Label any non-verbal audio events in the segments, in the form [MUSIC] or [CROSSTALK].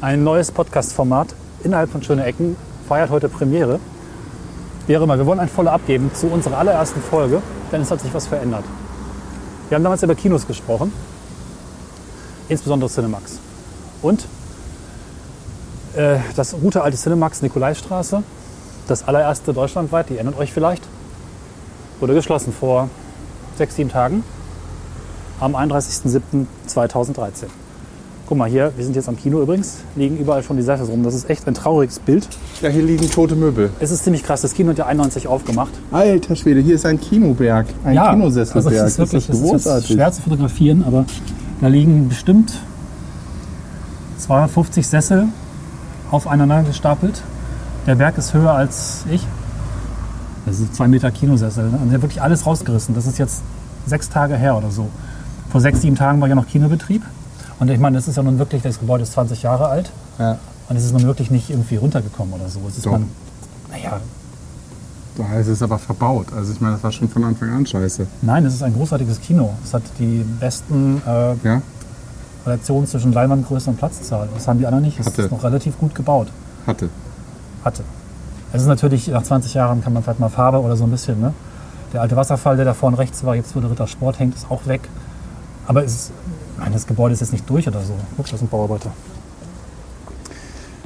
Ein neues Podcast-Format innerhalb von Schöne Ecken feiert heute Premiere. Wie auch immer, wir wollen ein Follow abgeben zu unserer allerersten Folge, denn es hat sich was verändert. Wir haben damals über Kinos gesprochen, insbesondere Cinemax. Und äh, das gute alte Cinemax Nikolaistraße, das allererste deutschlandweit, die erinnert euch vielleicht, wurde geschlossen vor sechs, sieben Tagen am 31.07.2013. Guck mal hier, wir sind jetzt am Kino übrigens, liegen überall schon die Seife rum. Das ist echt ein trauriges Bild. Ja, hier liegen tote Möbel. Es ist ziemlich krass, das Kino hat ja 91 aufgemacht. Alter Schwede, hier ist ein Kinoberg. Ein Kinosesselberg. Also es ist wirklich das es ist großartig. schwer zu fotografieren, aber da liegen bestimmt 250 Sessel aufeinander gestapelt. Der Berg ist höher als ich. Das sind zwei Meter Kinosessel. Ne? Und sie haben wirklich alles rausgerissen. Das ist jetzt sechs Tage her oder so. Vor sechs, sieben Tagen war ja noch Kinobetrieb. Und ich meine, das ist ja nun wirklich, das Gebäude ist 20 Jahre alt. ja, Und es ist nun wirklich nicht irgendwie runtergekommen oder so. Es ist Doch. man, naja, da ist es aber verbaut. Also ich meine, das war schon von Anfang an scheiße. nein, es ist ein großartiges Kino. Es hat die besten äh, Ja? Relation zwischen Leinwandgröße und Platzzahl. Das haben die anderen nicht. Das Hatte. ist noch relativ gut gebaut. Hatte. Hatte. Es ist natürlich, nach 20 Jahren kann man vielleicht mal Farbe oder so ein bisschen. Ne? Der alte Wasserfall, der da vorne rechts war, jetzt wo der Ritter Sport hängt, ist auch weg. Aber es ist, nein, das Gebäude ist jetzt nicht durch oder so. Guck, das sind Bauarbeiter.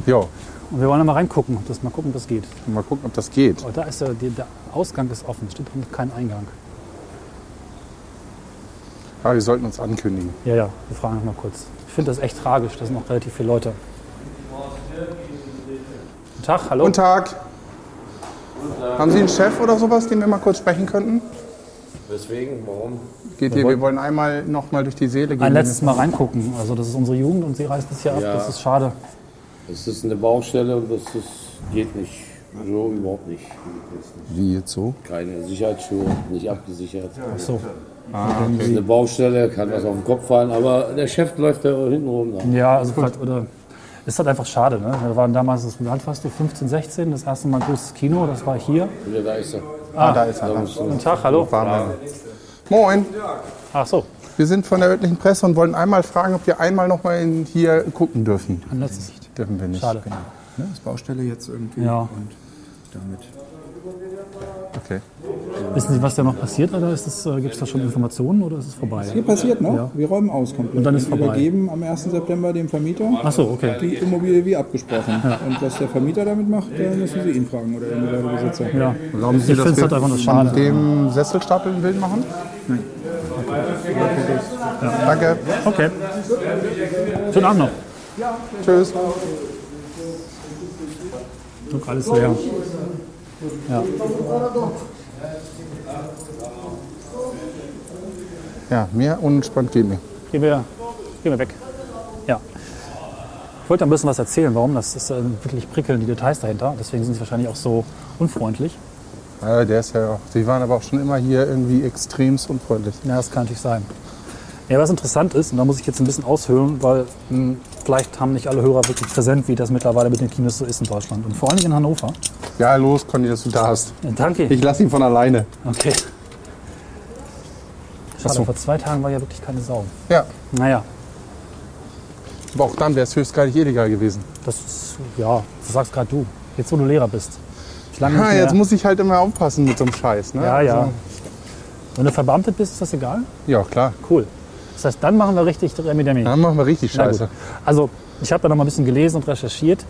Jo, Und wir wollen da mal reingucken, das, mal gucken, ob das geht. mal gucken, ob das geht. Oh, da ist der, die- der Ausgang ist offen, stimmt noch kein Eingang. Aber Ah, wir sollten uns ankündigen. Ja, ja, wir fragen noch mal kurz. Ich finde das echt tragisch, da sind noch relativ viele Leute. Guten Tag, hallo. Guten Tag. Haben Sie einen Chef oder sowas, den wir mal kurz sprechen könnten? Weswegen? Warum? Geht hier, wir wollen einmal noch mal durch die Seele gehen. ein letztes Mal reingucken. Also das ist unsere Jugend und sie reißt es hier ab. Ja. Das ist schade. Es ist eine Baustelle und das ist, geht nicht. So überhaupt nicht. Wie jetzt so? Keine Sicherheitsschuhe, nicht abgesichert. Ach so. Das ist eine Baustelle, kann was auf den Kopf fallen, aber der Chef läuft da hinten rum. nach. Ja, also vielleicht, oder ist halt einfach schade. Ne? Wir waren damals, das wie alt warst du? 15, 16, das erste Mal großes Kino. Das war hier. Wieder da ist er. Ah, da ist er. Guten Tag, hallo. Warm. Moin. Ach so. Wir sind von der örtlichen Presse und wollen einmal fragen, ob wir einmal noch mal in- hier gucken dürfen. Ein letztes. Dürfen wir nicht. Schade. Ne, ist Baustelle jetzt irgendwie Ja. und damit. Okay. Wissen Sie, was da noch passiert? Oder ist es, äh, gibt es da schon Informationen oder ist es Hier vorbei? passiert ne? noch, wir räumen aus komplett. Und dann ist wir vorbei. übergeben am 1. September dem Vermieter Ach so, okay. die Immobilie wie abgesprochen. Und was der Vermieter damit macht, äh, müssen Sie ihn fragen oder der individuelle Besitzer. Ja. Glauben Sie, Ich dass find's wir halt einfach nur von schade. dem Sesselstapel ein Bild machen? Nein. Danke. Okay. Schönen Abend noch. Tschüss. Guck, alles leer. Ja, mehr unentspannt geht mir. Gehen wir, gehen wir weg. Ja. Ich wollte ein bisschen was erzählen, warum. Das ist äh, wirklich prickeln, die Details dahinter. Deswegen sind sie wahrscheinlich auch so unfreundlich. Ja, der ist ja auch. Sie waren aber auch schon immer hier irgendwie extremst unfreundlich. Ja, das kann natürlich sein. Ja, was interessant ist, und da muss ich jetzt ein bisschen aushöhlen, weil mh, vielleicht haben nicht alle Hörer wirklich präsent, wie das mittlerweile mit den Kinos so ist in Deutschland. Und vor allem in Hannover. Ja, los, Conny, dass du da bist. Ja, danke. Ich lasse ihn von alleine. Okay. Schade, so. vor zwei Tagen war ja wirklich keine Sau. Ja, Naja, aber auch dann wäre es höchstgradig illegal gewesen. das ist, ja, das sagst gerade du. Jetzt, wo du Lehrer bist. Ich lange Ha, nicht jetzt mehr- muss ich halt immer aufpassen mit so einem Scheiß, ne? Ja, ja. Also, Wenn du verbeamtet bist, ist das egal? ja, klar. Cool. Das heißt, dann machen wir richtig Remi-Demi. Dann machen wir richtig Na gut. Scheiße. Also, ich habe da noch mal ein bisschen gelesen und recherchiert.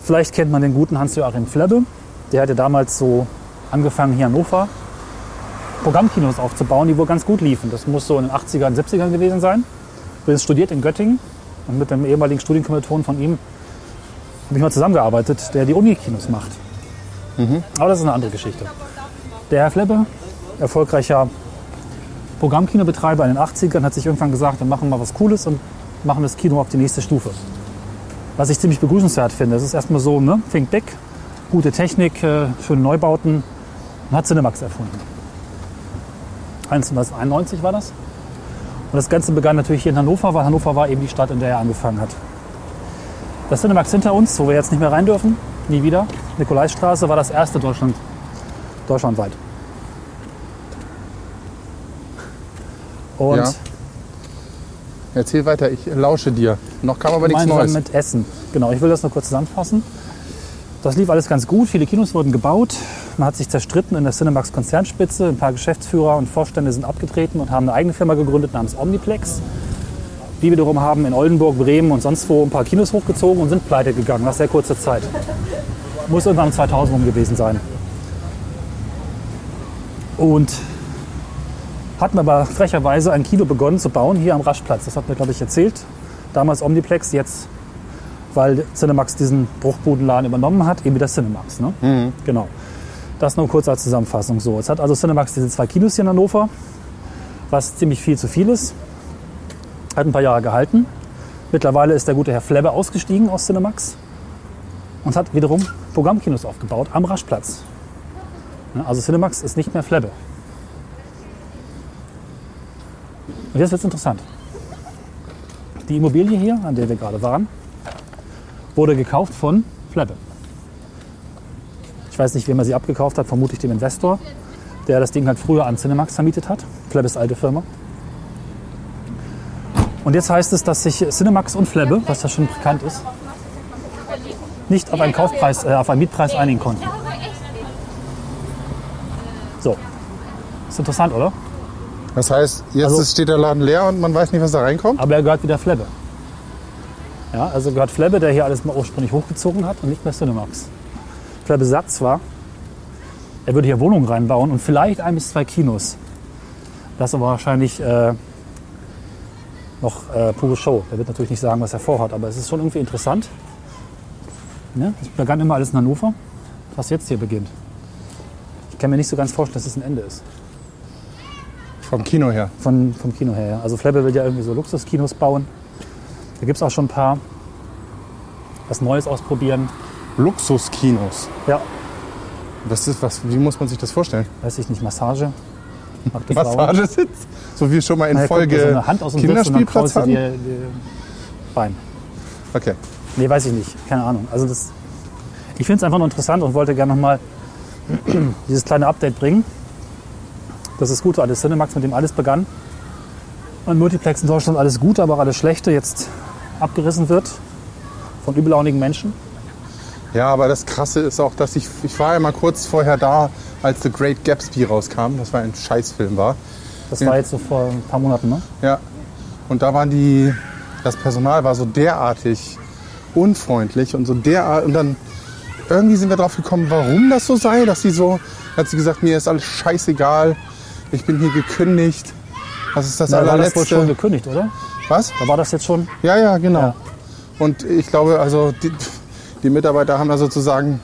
Vielleicht kennt man den guten Hans-Joachim Flebbe. Der hat ja damals so angefangen, hier in Hannover Programmkinos aufzubauen, die wohl ganz gut liefen. Das muss so in den 80ern, 70ern gewesen sein. Übrigens studiert in Göttingen und mit dem ehemaligen Studienkommilitonen von ihm habe ich mal zusammengearbeitet, der die Uni-Kinos macht. Aber das ist eine andere Geschichte. Der Herr Flebbe, erfolgreicher Programmkinobetreiber in den 80ern hat sich irgendwann gesagt, wir machen mal was Cooles und machen das Kino auf die nächste Stufe. Was ich ziemlich begrüßenswert finde. Es ist erstmal so, ne? Think big, gute Technik, äh, schöne Neubauten und hat Cinemax erfunden. 1991 war das. Und das Ganze begann natürlich hier in Hannover, weil Hannover war eben die Stadt, in der er angefangen hat. Das Cinemax hinter uns, wo wir jetzt nicht mehr rein dürfen, nie wieder. Nikolaistraße war das erste Deutschland, deutschlandweit. Und Ja. Erzähl weiter, ich lausche dir. Noch kam aber nichts gemeinsam Neues. mit Essen. Genau, ich will das nur kurz zusammenfassen. Das lief alles ganz gut, viele Kinos wurden gebaut, man hat sich zerstritten in der Cinemax Konzernspitze, ein paar Geschäftsführer und Vorstände sind abgetreten und haben eine eigene Firma gegründet namens Omniplex. Die wiederum haben in Oldenburg, Bremen und sonst wo ein paar Kinos hochgezogen und sind pleite gegangen nach sehr kurzer Zeit. Muss irgendwann um 2000 rum gewesen sein. Und hatten aber frecherweise ein Kino begonnen zu bauen hier am Raschplatz. Das hat mir, glaube ich, erzählt. Damals Omniplex, jetzt, weil Cinemax diesen Bruchbudenladen übernommen hat, eben wieder Cinemax. Ne? Genau. Das nur kurz als Zusammenfassung. So, jetzt hat also Cinemax diese zwei Kinos hier in Hannover, was ziemlich viel zu viel ist. Hat ein paar Jahre gehalten. Mittlerweile ist der gute Herr Flebbe ausgestiegen aus Cinemax und hat wiederum Programmkinos aufgebaut am Raschplatz. Ne, Also Cinemax ist nicht mehr Flebbe. Und jetzt wird es interessant. Die Immobilie hier, an der wir gerade waren, wurde gekauft von Flebbe. Ich weiß nicht, wem er sie abgekauft hat, vermutlich dem Investor, der das Ding halt früher an Cinemax vermietet hat. Flebbes alte Firma. Und jetzt heißt es, dass sich Cinemax und Flebbe, was ja schon bekannt ist, nicht auf einen Kaufpreis, äh, auf einen Mietpreis einigen konnten. So. Ist interessant, oder? Das heißt, jetzt Also- ist- steht der Laden leer und man weiß nicht, was da reinkommt. Aber er gehört wieder Flebbe. Ja, also gehört Flebbe, der hier alles mal ursprünglich hochgezogen hat und nicht mehr Cinemax. Flebbe sagt zwar, er würde hier Wohnungen reinbauen und vielleicht ein bis zwei Kinos. Das aber wahrscheinlich äh, noch äh, pure Show. Er wird natürlich nicht sagen, was er vorhat, aber es ist schon irgendwie interessant. Ne? Es begann immer alles in Hannover, was jetzt hier beginnt. Ich kann mir nicht so ganz vorstellen, dass es ein Ende ist. Vom Kino her. Von, vom Kino her, ja. Also Flabbe will ja irgendwie so Luxuskinos bauen. Da gibt es auch schon ein paar. Was Neues ausprobieren. Luxuskinos. Ja, Das ist was, wie muss man sich das vorstellen? weiß ich nicht, Massage. Macht die Frau. Massagesitz? So wie schon mal in Naja, guck, Folge so eine Hand aus dem Sitz und dann Kinderspielplatz kreuzt du hatten. dir dir Bein. Okay. Nee, weiß ich nicht. Keine Ahnung. Also das, ich finde es einfach nur interessant und wollte gerne nochmal [CLEARS THROAT] dieses kleine Update bringen. Das ist gut, alles Cinemax, mit dem alles begann. Und Multiplex in Deutschland alles Gute, aber auch alles Schlechte jetzt abgerissen wird von übellaunigen Menschen. Ja, aber das Krasse ist auch, dass ich, ich war ja mal kurz vorher da, als The Great Gatsby rauskam. Das war ein Scheißfilm, war. Das Ja. war jetzt so vor ein paar Monaten, ne? Ja. Und da waren die, das Personal war so derartig unfreundlich und so derart. Und dann irgendwie sind wir drauf gekommen, warum das so sei, dass sie so, hat sie gesagt, mir ist alles scheißegal, ich bin hier gekündigt. Das ist das Da war das wohl schon allerletzte. gekündigt, oder? Was? Da war das jetzt schon. Ja, ja, genau. Ja. Und ich glaube, also die, pf, die Mitarbeiter haben da sozusagen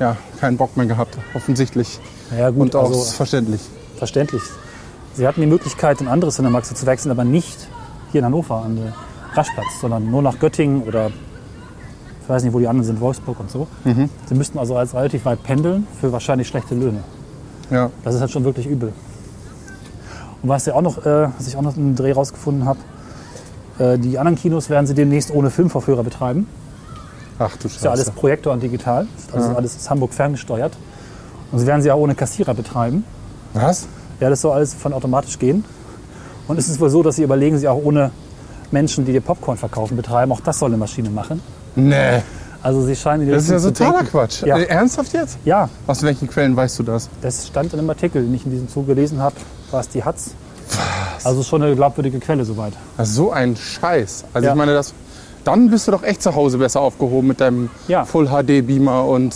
ja, keinen Bock mehr gehabt, offensichtlich. Ja, gut, Und auch also- verständlich. Verständlich. Sie hatten die Möglichkeit, in andere Cinemaxe zu wechseln, aber nicht hier in Hannover an den Raschplatz, sondern nur nach Göttingen oder ich weiß nicht, wo die anderen sind, Wolfsburg und so. Sie müssten also als relativ weit pendeln für wahrscheinlich schlechte Löhne. Ja. Das ist halt schon wirklich übel. Und was, ja auch noch, äh, was ich auch noch im Dreh rausgefunden habe, äh, die anderen Kinos werden sie demnächst ohne Filmverführer betreiben. Ach du Scheiße. ist ja alles Projektor und digital. Also alles ist Hamburg ferngesteuert. Und sie werden sie ja ohne Kassierer betreiben. Was? Ja, das soll alles von automatisch gehen. Und es ist wohl so, dass sie überlegen, sie auch ohne Menschen, die dir Popcorn verkaufen, betreiben. Auch das soll eine Maschine machen. Nee. Also sie scheinen in die Das ist ja Richtung zu totaler denken. Quatsch. Ja. Äh, ernsthaft jetzt? Ja, Aus welchen Quellen weißt du das? das stand in einem Artikel, den ich in diesem Zug gelesen habe. War es die Hatz? Also schon eine glaubwürdige Quelle soweit. Das ist so ein Scheiß. Also Ja. ich meine, das, dann bist du doch echt zu Hause besser aufgehoben mit deinem Ja. Full-HD-Beamer und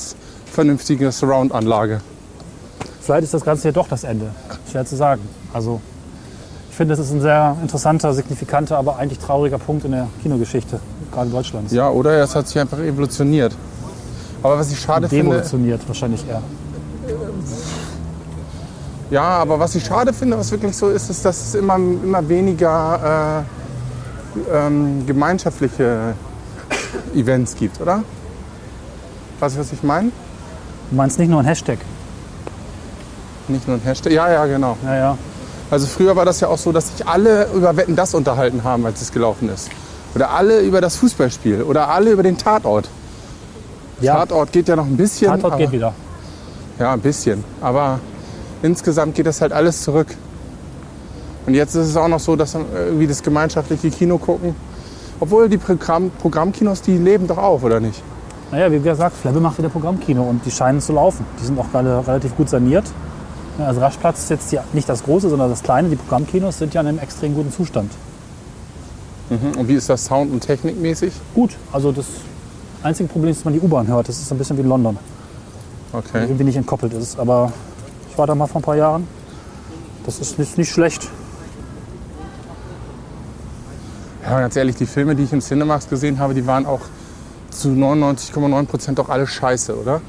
vernünftiger Surround-Anlage. Vielleicht ist das Ganze ja doch das Ende. Schwer zu sagen. Also ich finde, das ist ein sehr interessanter, signifikanter, aber eigentlich trauriger Punkt in der Kinogeschichte, gerade Deutschlands. Ja, oder? Es hat sich einfach evolutioniert. Aber was ich schade finde... Devolutioniert wahrscheinlich eher. Ja, aber was ich schade finde, was wirklich so ist, ist, dass es immer, immer weniger äh, ähm, gemeinschaftliche Events gibt, oder? Weißt du, was ich meine? Du meinst nicht nur ein Hashtag. Nicht nur ein Hashtag. Ja, ja, genau. Naja, Also früher war das ja auch so, dass sich alle über Wetten das unterhalten haben, als es gelaufen ist. Oder alle über das Fußballspiel. Oder alle über den Tatort. Ja. Tatort geht ja noch ein bisschen. Tatort aber, geht wieder. Ja, ein bisschen. Aber insgesamt geht das halt alles zurück. Und jetzt ist es auch noch so, dass dann irgendwie das gemeinschaftliche Kino gucken. Obwohl die Programm Programmkinos, die leben doch auf, oder nicht? Naja, wie gesagt, Flebbe macht wieder Programmkino und die scheinen zu laufen. Die sind auch gerade relativ gut saniert. Ja, Also Raschplatz ist jetzt die, nicht das große, sondern das kleine. Die Programmkinos sind ja in einem extrem guten Zustand. Mhm. Und wie ist das Sound- und Technikmäßig? Gut, also das einzige Problem ist, dass man die U-Bahn hört. Das ist ein bisschen wie in London. die Okay. Irgendwie nicht entkoppelt ist. Aber ich war da mal vor ein paar Jahren. Das ist nicht, nicht schlecht. Ja, aber ganz ehrlich, die Filme, die ich im Cinemax gesehen habe, die waren auch zu 99,9 Prozent doch alle scheiße, oder?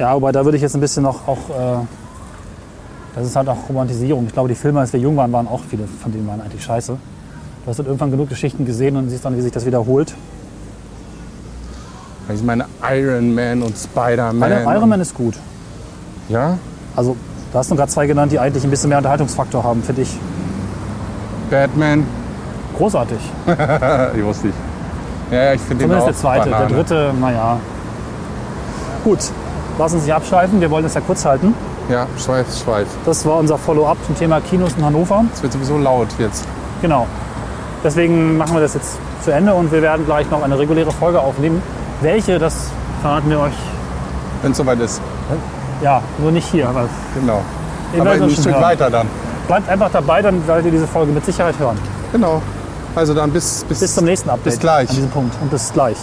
Ja, aber da würde ich jetzt ein bisschen noch auch. Äh, das ist halt auch Romantisierung. Ich glaube, die Filme, als wir jung waren, waren auch viele von denen waren eigentlich scheiße. Du hast halt irgendwann genug Geschichten gesehen und siehst dann, wie sich das wiederholt. Also Ich meine, Iron Man und Spider-Man. Iron- Iron Man ist gut. Ja? Also, da hast du gerade zwei genannt, die eigentlich ein bisschen mehr Unterhaltungsfaktor haben, finde ich. Batman. Großartig. ich wusste nicht. Ja, ja, ich finde den auch Zumindest der zweite. Banane. Der dritte, naja. Gut, lass uns nicht abschweifen. Wir wollen es ja kurz halten. Ja, schweif, schweif. Das war unser Follow-up zum Thema Kinos in Hannover. Es wird sowieso laut jetzt. Genau. Deswegen machen wir das jetzt zu Ende und wir werden gleich noch eine reguläre Folge aufnehmen. Welche, das verraten wir euch. Wenn es soweit ist. Ja, nur nicht hier. Aber Genau. ihr Aber werdet ein uns schon Stück hören. weiter dann. Bleibt einfach dabei, dann werdet ihr diese Folge mit Sicherheit hören. Genau. Also dann bis, bis, Bis zum nächsten Update. Bis gleich. An diesem Punkt. Und bis gleich.